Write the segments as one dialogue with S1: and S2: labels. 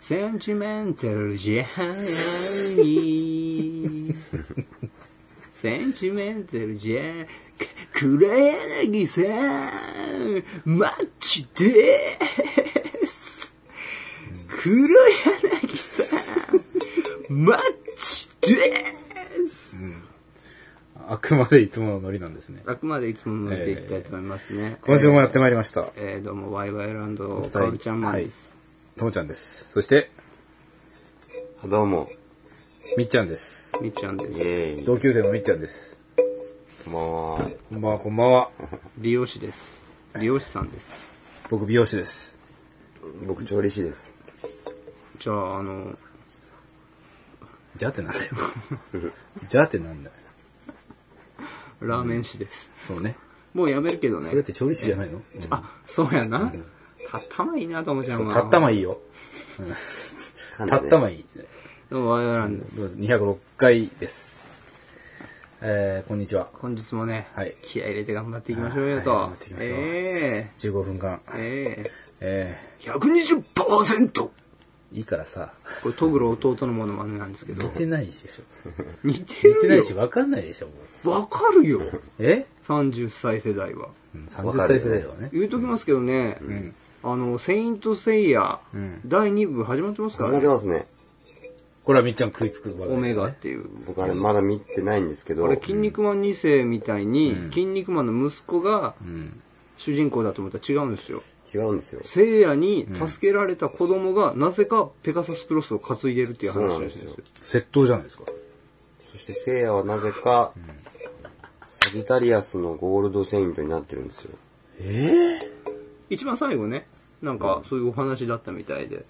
S1: センチメンタルジャーニー。センチメンタルジャー、黒柳さん、マッチです。黒柳さん、マッチです。
S2: あくまでいつものノリなんですね。
S1: あくまでいつものっていきたいと思いますね。
S2: 今週もやってまいりました。
S1: えー、どうも、ワイワイランド、カオルちゃんマンです。
S2: ともちゃんです。そして、
S3: どうも。
S2: みっちゃんです。
S1: みっちゃんで
S3: イ
S1: す。
S3: ェーイ。
S2: 同級生のみっちゃんです。
S3: こんばんは。
S2: こんばんは、こんばんは。
S1: 美容師です。美容師さんです。
S2: 僕、美容師です。
S3: 僕、調理師です。
S1: じゃあ、あの、
S2: じゃあってなんだ よ。じゃあってなんだよ。
S1: ラーメン師です。
S2: そうね。
S1: もうやめるけどね
S2: それっ。て調理師じゃないの
S1: あ、そうやな。頭いいな、ともちゃ
S2: そ
S1: ん
S2: う
S1: は。
S2: たったまいいよ。
S3: か
S2: たった
S3: い
S2: まいい。
S1: どうも、ワイワイランドです。
S2: 206回です。えー、こんにちは。
S1: 本日もね、
S2: はい
S1: 気合い入れて頑張っていきましょうよと。
S2: はい頑張っていきましょう
S1: え
S2: 15分間。
S1: ええ
S2: え
S1: え120%!
S2: ー、いいからさ、
S1: これ、トグロ弟のモノマネなんですけ
S2: 似
S1: ど。
S2: てないでしょ。
S1: 似て
S2: 似てな
S1: る
S2: いし、
S1: よ。
S2: わかんないでしょ、もう。
S1: わかるよ。
S2: え
S1: 30歳世代は。
S2: うん
S3: わ
S2: ?30
S3: かる
S2: 歳
S3: よ
S2: 世代はね。
S1: 言うときますけどね、あの、セイントセイヤ、
S2: ん
S1: 第2部始まってますか
S3: 始
S1: ら
S3: まって
S1: ね。
S3: ますね。
S2: これはみっちゃん食いつく話題
S1: オメガっていう。
S3: 僕、あれ、まだ見てないんですけど。
S1: これ、筋肉マン2世みたいに、筋肉マンの息子が主人公だと思ったら違うんですよ。
S3: 違うんですよ。
S1: 聖夜に助けられた子供が、なぜかペガサスクロスを担いでるっていう話なんですよ
S3: そうなんですよ。
S2: 窃盗じゃないですか。
S3: そして、聖夜はなぜか、サジタリアスのゴールドセイントになってるんですよ。
S1: 一番最後ね、なんかそういうお話だったみたいで。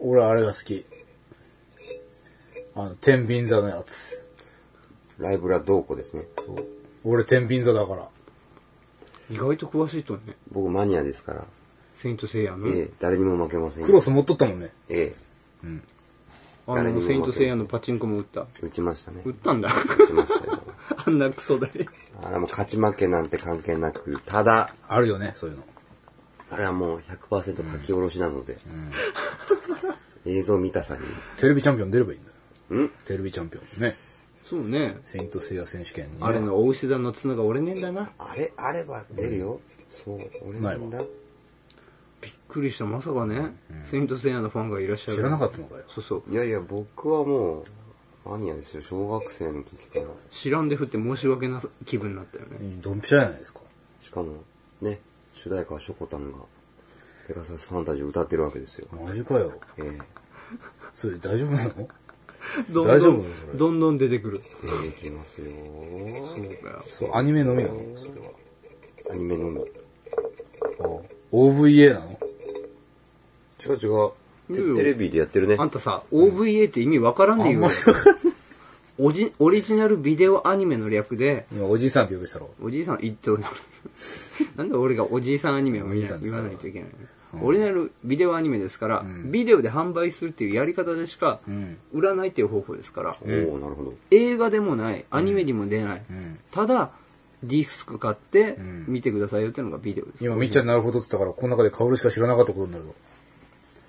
S2: 俺はあれが好き。あの、天秤座のやつ。
S3: ライブラどうこですね。
S2: 俺天秤座だから。
S1: 意外と詳しいとね、
S3: 僕、マニアですから。
S1: セイントセイヤの。
S3: ええ、誰にも負けませんよ。
S2: クロス持っとったもんね。
S3: え
S1: あ
S3: 誰に
S1: の、
S3: も負け
S1: セイントセイヤのパチンコも打った。
S3: え、打ちましたね。
S1: 打ったんだ。
S3: 打ちましたよ。
S1: あんなクソだね。
S3: あれはもう勝ち負けなんて関係なく、ただ、
S2: あるよね、そういうの。
S3: あれはもう100%書き下ろしなので、 映像見たさに、
S2: テレビチャンピオン出ればいいんだよ。
S3: うん
S2: テレビチャンピオンね。
S1: そうね。
S2: セイントセイヤ選手権にね、
S1: あれの大石田の綱が折れねえんだな。
S3: あれ、あれば出るよ。そう、俺なんだ
S2: な。
S1: びっくりした。まさかね、セイントセイヤのファンがいらっしゃる。
S2: 知らなかったのかよ。
S1: そうそう。
S3: いやいや、僕はもう、マニアですよ。小学生の時から。
S1: 知らんで振って申し訳なさ気分になったよね。
S2: ドンピシャじゃないですか。
S3: しかも、ね、主題歌はショコタンが、ペガサスファンタジーを歌ってるわけですよ。
S2: マジかよ。
S3: ええ
S2: それ大丈夫なの
S1: どん
S2: 大丈
S1: ど
S2: 夫それ
S1: ん、どんどん出てくる。
S3: 出てきますよ。
S1: そうだよ。
S2: そう、アニメのみなのそれは。
S3: アニメのみ。
S2: OVA なの
S3: 違う違う。
S1: いるよ
S3: テテレビでやってるね
S1: あ。んたさ、OVA って意味わからんねえよ。おじ、オリジナルビデオアニメの略で、
S2: 今、おじいさんって言うとしたろ。
S1: おじいさん言っておる。 なんで俺がおじいさんアニメを
S2: おじいさんです
S1: 言
S2: か
S1: わないといけないの、オリジナルビデオアニメですから、ビデオで販売するっていうやり方でしか
S2: ん
S1: 売らないっていう方法ですから、
S3: おー、なるほど。
S1: 映画でもない、アニメにも出ない。
S2: ん
S1: ただ、ディスク買って見てくださいよっていうのがビデオです。
S2: 今、みっちゃんなるほどって言ったから、この中で薫しか知らなかったことになるぞ。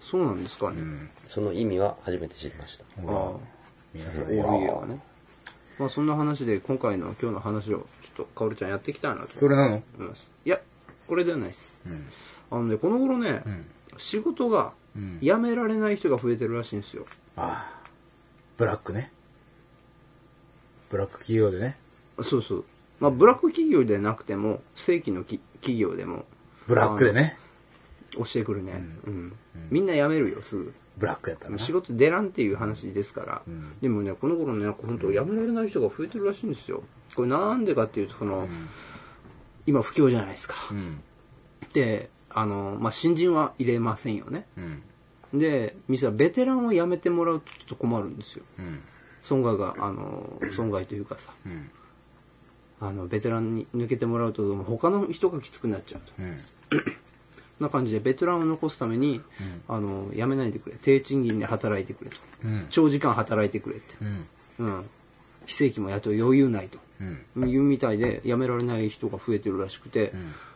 S1: そうなんですかね。
S3: その意味は初めて知りました。
S1: ああ。
S2: 皆さん、
S1: OVA はね。まあそんな話で今回の今日の話をちょっとかおるちゃんやっていきたいなと
S2: それなの
S1: 思います。いや、これではないです。あのね、この頃ね、仕事が辞められない人が増えてるらしいんですよ。
S2: ああ。ブラックね。ブラック企業でね。
S1: そうそう。まあブラック企業でなくても、正規のき企業でも
S2: ブラックでね。
S1: 押してくるね。うん。みんな辞めるよ、すぐ。
S2: ブラックやったな。
S1: 仕事出らんっていう話ですから、でもねこの頃ねなんか本当辞められない人が増えてるらしいんですよこれなんでかっていうとこの、今不況じゃないですか、
S2: うん。
S1: であの、まあ、新人は入れませんよね
S2: うん。
S1: で店はベテランを辞めてもらうとちょっと困るんですよ
S2: うん。
S1: 損害があの損害というかさ
S2: うん。
S1: あのベテランに抜けてもらうと他の人がきつくなっちゃうと
S2: うん。
S1: な感じでベテランを残すために、あの辞めないでくれ低賃金で働いてくれと、
S2: うん
S1: 長時間働いてくれって、
S2: うん。
S1: うん、非正規も雇う余裕ないと、いうみたいで辞められない人が増えてるらしくて、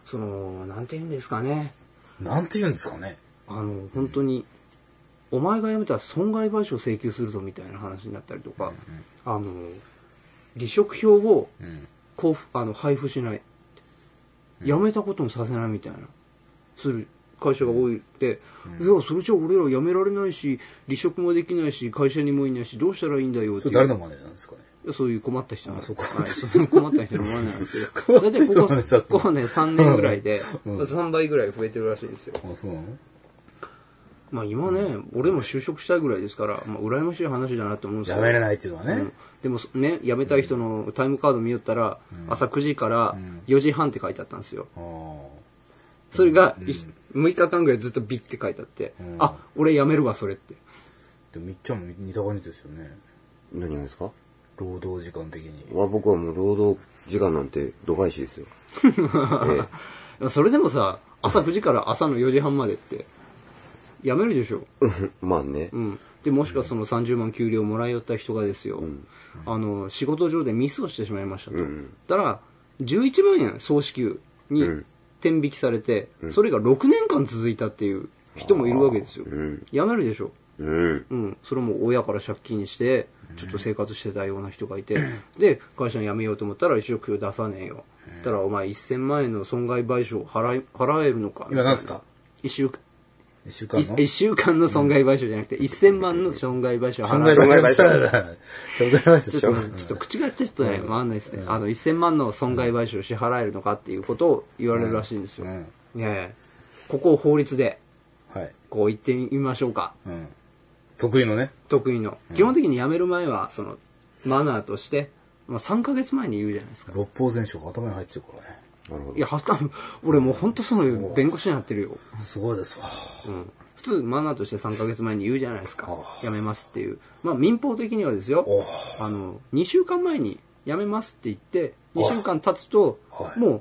S1: そのなんて言うんですかね
S2: なんて言うんですかね。
S1: あの本当にお前が辞めたら損害賠償請求するぞみたいな話になったりとか、あの離職票を
S2: うん。
S1: 交付あの配布しない、辞めたこともさせないみたいなする会社が多いって、いやそれじゃ俺ら辞められないし離職もできないし会社にもいないしどうしたらいいんだよっ
S2: そ
S1: てい
S2: れ
S1: う
S2: 誰の真似なんですかね
S1: そういう困った人の
S2: あそうか
S1: はい、そういう困った人のものなんですけど 大
S2: 困った
S1: 体
S2: 人
S1: こ
S2: の
S1: こ
S2: 真似だった
S1: ここね3年ぐらいで
S2: うん
S1: 3倍ぐらい増えてるらしいですよ
S2: あ、そうなの
S1: まあ今ね、俺も就職したいぐらいですから、まあ、羨ましい話だなと思うんです
S2: や
S1: けど
S2: めれないっていうのはね。
S1: うんでもそね辞めたい人のタイムカード見よったら、朝9時から4時半って書いてあったんですよ
S2: あー
S1: それが、い6日間ぐらいずっとビッて書いてあって、
S2: ん
S1: あ俺辞めるわそれって
S2: でもみっちゃんも似た感じですよね。
S3: 何がですか
S2: 労働時間的に。
S3: わ僕はもう労働時間なんて度外視ですよ。 え
S1: それでもさ朝9時から朝の4時半までって辞めるでしょ
S3: えまあね
S1: う。ん、でもしくはその30万給料もらいよった人がですよ、あの仕事上でミスをしてしまいましたと、だから11万円総支給に
S3: うん
S1: 転引きされて、それが6年間続いたっていう人もいるわけですよ、
S3: うん
S1: やめるでしょ、
S3: うん。
S1: うん、それも親から借金してちょっと生活してたような人がいて、で会社に辞めようと思ったら一応給料出さねえよ、たらお前1000万円の損害賠償を払い払えるのか
S2: 今何すか
S1: 一週間
S2: 一週間の
S1: い一週間の損害賠償じゃなくて、1000万の損害賠償を
S2: 損
S1: 払
S2: 害
S1: う。
S2: 賠償。
S3: 損害賠
S2: 損害賠償。
S1: ちょっと、ちょっと口がちょっとね、回んないですね。あの、1000万の損害賠償を支払えるのかっていうことを言われるらしいんですよ。
S2: うん
S1: ねえここを法律で、
S2: はい。
S1: こう言ってみましょうか。
S2: うん。得意のね。
S1: 得意の。基本的に辞める前は、その、マナーとして、まあ、3ヶ月前に言うじゃないですか。
S2: 六方全書が頭に入ってるからね。
S3: なるほ
S1: いや、はた、俺もう本当その、弁護士になってるよ。
S2: すごいですわ。
S1: うん普通マナーとして3ヶ月前に言うじゃないですか
S2: あ
S1: 辞めますっていうまあ民法的にはですよ
S2: お
S1: あの2週間前に辞めますって言って2週間経つと
S2: はい
S1: もう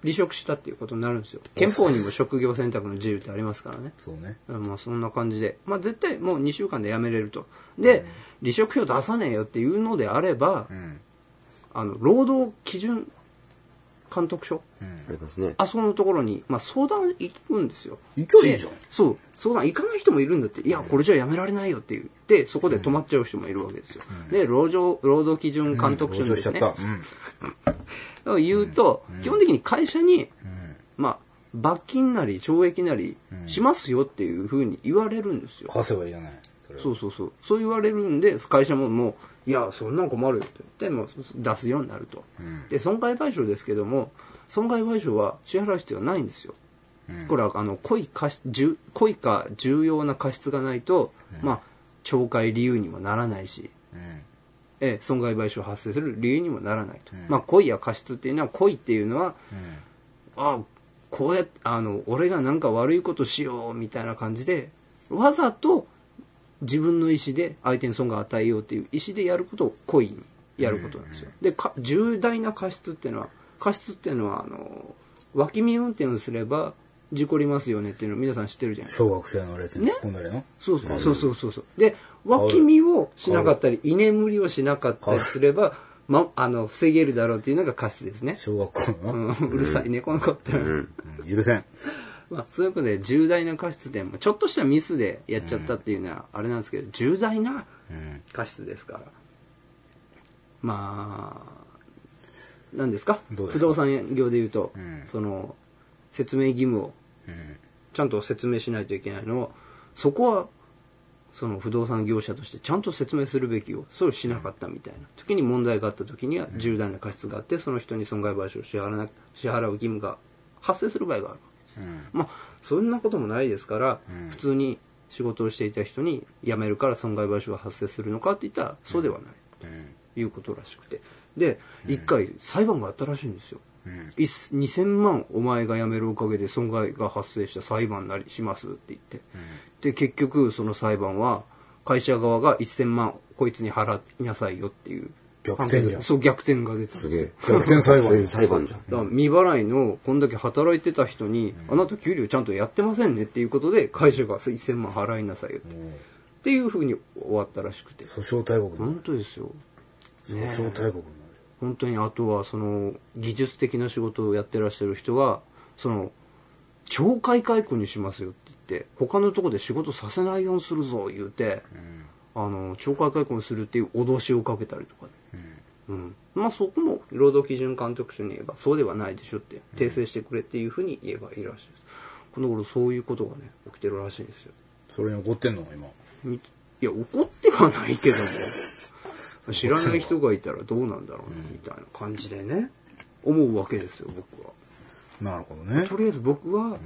S1: 離職したっていうことになるんですよ憲法にも職業選択の自由ってありますからね
S2: そうね。
S1: うんまあそんな感じで、まあ、絶対もう2週間で辞めれるとで離職票出さねえよっていうのであれば
S2: うん。
S1: あの労働基準監督署
S2: うん。
S3: ありますね。
S1: あそこのところに、まあ、相談行くんですよ
S2: 行きゃいいじゃん
S1: でそう相談行かない人もいるんだっていやこれじゃやめられないよって言ってそこで止まっちゃう人もいるわけですよ、で労働労働基準監督署に
S2: 上
S1: で
S2: しち
S1: す
S2: ゃっ
S1: ね、
S2: た。うん。
S1: 言うと、基本的に会社に、まあ、罰金なり懲役なりしますよっていうふうに言われるんですよ、
S2: 貸せばいいじゃない。それは
S1: そうそうそうそう言われるんで会社ももういやそんなん困るよって言ってもう出すようになると、で損害賠償ですけども損害賠償は支払う必要はないんですよ、これはあの故意過失重故意か重要な過失がないと、まあ懲戒理由にもならないし、
S2: うん。
S1: ええ損害賠償発生する理由にもならないと、まあ故意や過失っていうのは故意っていうのは、あこうやってあの俺がなんか悪いことしようみたいな感じでわざと自分の意思で相手に損害を与えようっていう意思でやることを故意にやることなんですよ、でか重大な過失っていうのは過失っていうのはあの脇見運転をすれば事故りますよねっていうのを皆さん知ってるじゃないですか
S2: 小学生の列に突っ込んだりの。
S1: そうそうそうそうそうそうで脇見をしなかったり居眠りをしなかったりすれば、ま、あの防げるだろうっていうのが過失ですね、
S2: 小学校
S1: う
S2: の
S1: ん、うるさいねこの子って、
S2: な。許せん。
S1: まあ、そういうことで重大な過失点ちょっとしたミスでやっちゃったっていうのはあれなんですけど、重大な
S2: うん。
S1: 過失ですからまあ何ですか
S2: どうですか
S1: 不動産業でいうと、
S2: ん
S1: その説明義務を
S2: うん。
S1: ちゃんと説明しないといけないのをそこはその不動産業者としてちゃんと説明するべきをそれをしなかったみたいな時に問題があった時には重大な過失があってその人に損害賠償を支払わな支払う義務が発生する場合がある
S2: うん。
S1: まあそんなこともないですから、普通に仕事をしていた人に辞めるから損害賠償が発生するのかって言ったらそうではない、
S2: うん。
S1: ということらしくてで一回裁判があったらしいんですよ、
S2: うん
S1: いっ2000万お前が辞めるおかげで損害が発生した裁判なりしますって言って、で結局その裁判は会社側が1000万こいつに払いなさいよっていう
S2: 逆転じゃん
S1: そう逆転が出たんですよ
S2: 逆転裁判。
S3: 裁判じゃん。
S1: だから未払いのこんだけ働いてた人に、あなた給料ちゃんとやってませんねっていうことで会社が1000万払いなさいよって,、っていうふうに終わったらしくて
S2: 訴訟大国の。
S1: 本当ですよ、ね
S2: 訴訟大国の。
S1: 本当にあとはその技術的な仕事をやってらっしゃる人はその懲戒解雇にしますよってって他のとこで仕事させないようにするぞ言うて、あの懲戒解雇にするっていう脅しをかけたりとか、うんまあそこも労働基準監督署に言えばそうではないでしょって訂正してくれっていうふうに言えばいいらしいですこの頃そういうことがね起きてるらしいんですよ
S2: それに怒ってんの今。
S1: みいや怒ってはないけど も知らない人がいたらどうなんだろうなみたいな感じでね思うわけですよ僕は
S2: なるほどね
S1: と。りあえず僕は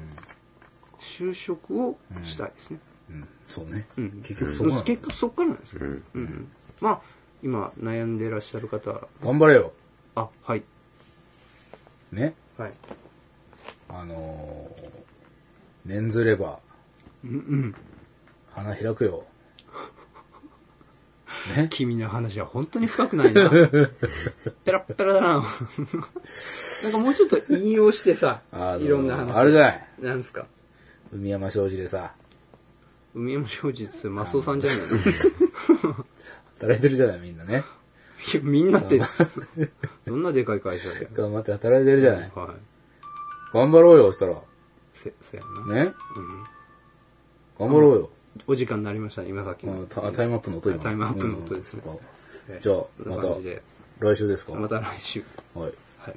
S1: 就職をしたいですね、
S2: うん、そうね。結局そこな
S1: 結
S2: んだ
S1: 局そっからなんですよ、うんうんまあ今悩んでらっしゃる方は
S2: 頑張れよ。
S1: あはい
S2: ね。
S1: はい
S2: あのー、メンズレバー。花開 くよ。ね。
S1: 君の話は本当に深くない なペラッペ ラだななんかもうちょっと引用してさ
S2: あのー
S1: いろんな話
S2: あれじゃない。
S1: なんですか
S2: 海山商事でさ、
S1: 海山商事ってマスオさんじゃないのい
S2: 働いてるじゃない、みんなね。
S1: やみんなってどんなでかい会社だよ
S2: 頑張って働いてるじゃない。
S1: はい
S2: 頑張ろうよ、そしたら。
S1: せせやな、
S2: ね。頑張ろうよ。
S1: お時間になりましたね今さっき
S2: ま
S1: の、
S2: あ、タタイムアップの音今
S1: タイムアップの音ですね
S2: うんそうか
S1: ええ
S2: じゃあ
S1: そんな
S2: ま
S1: 感じで
S2: た来週ですか
S1: また来週
S2: はい
S1: はい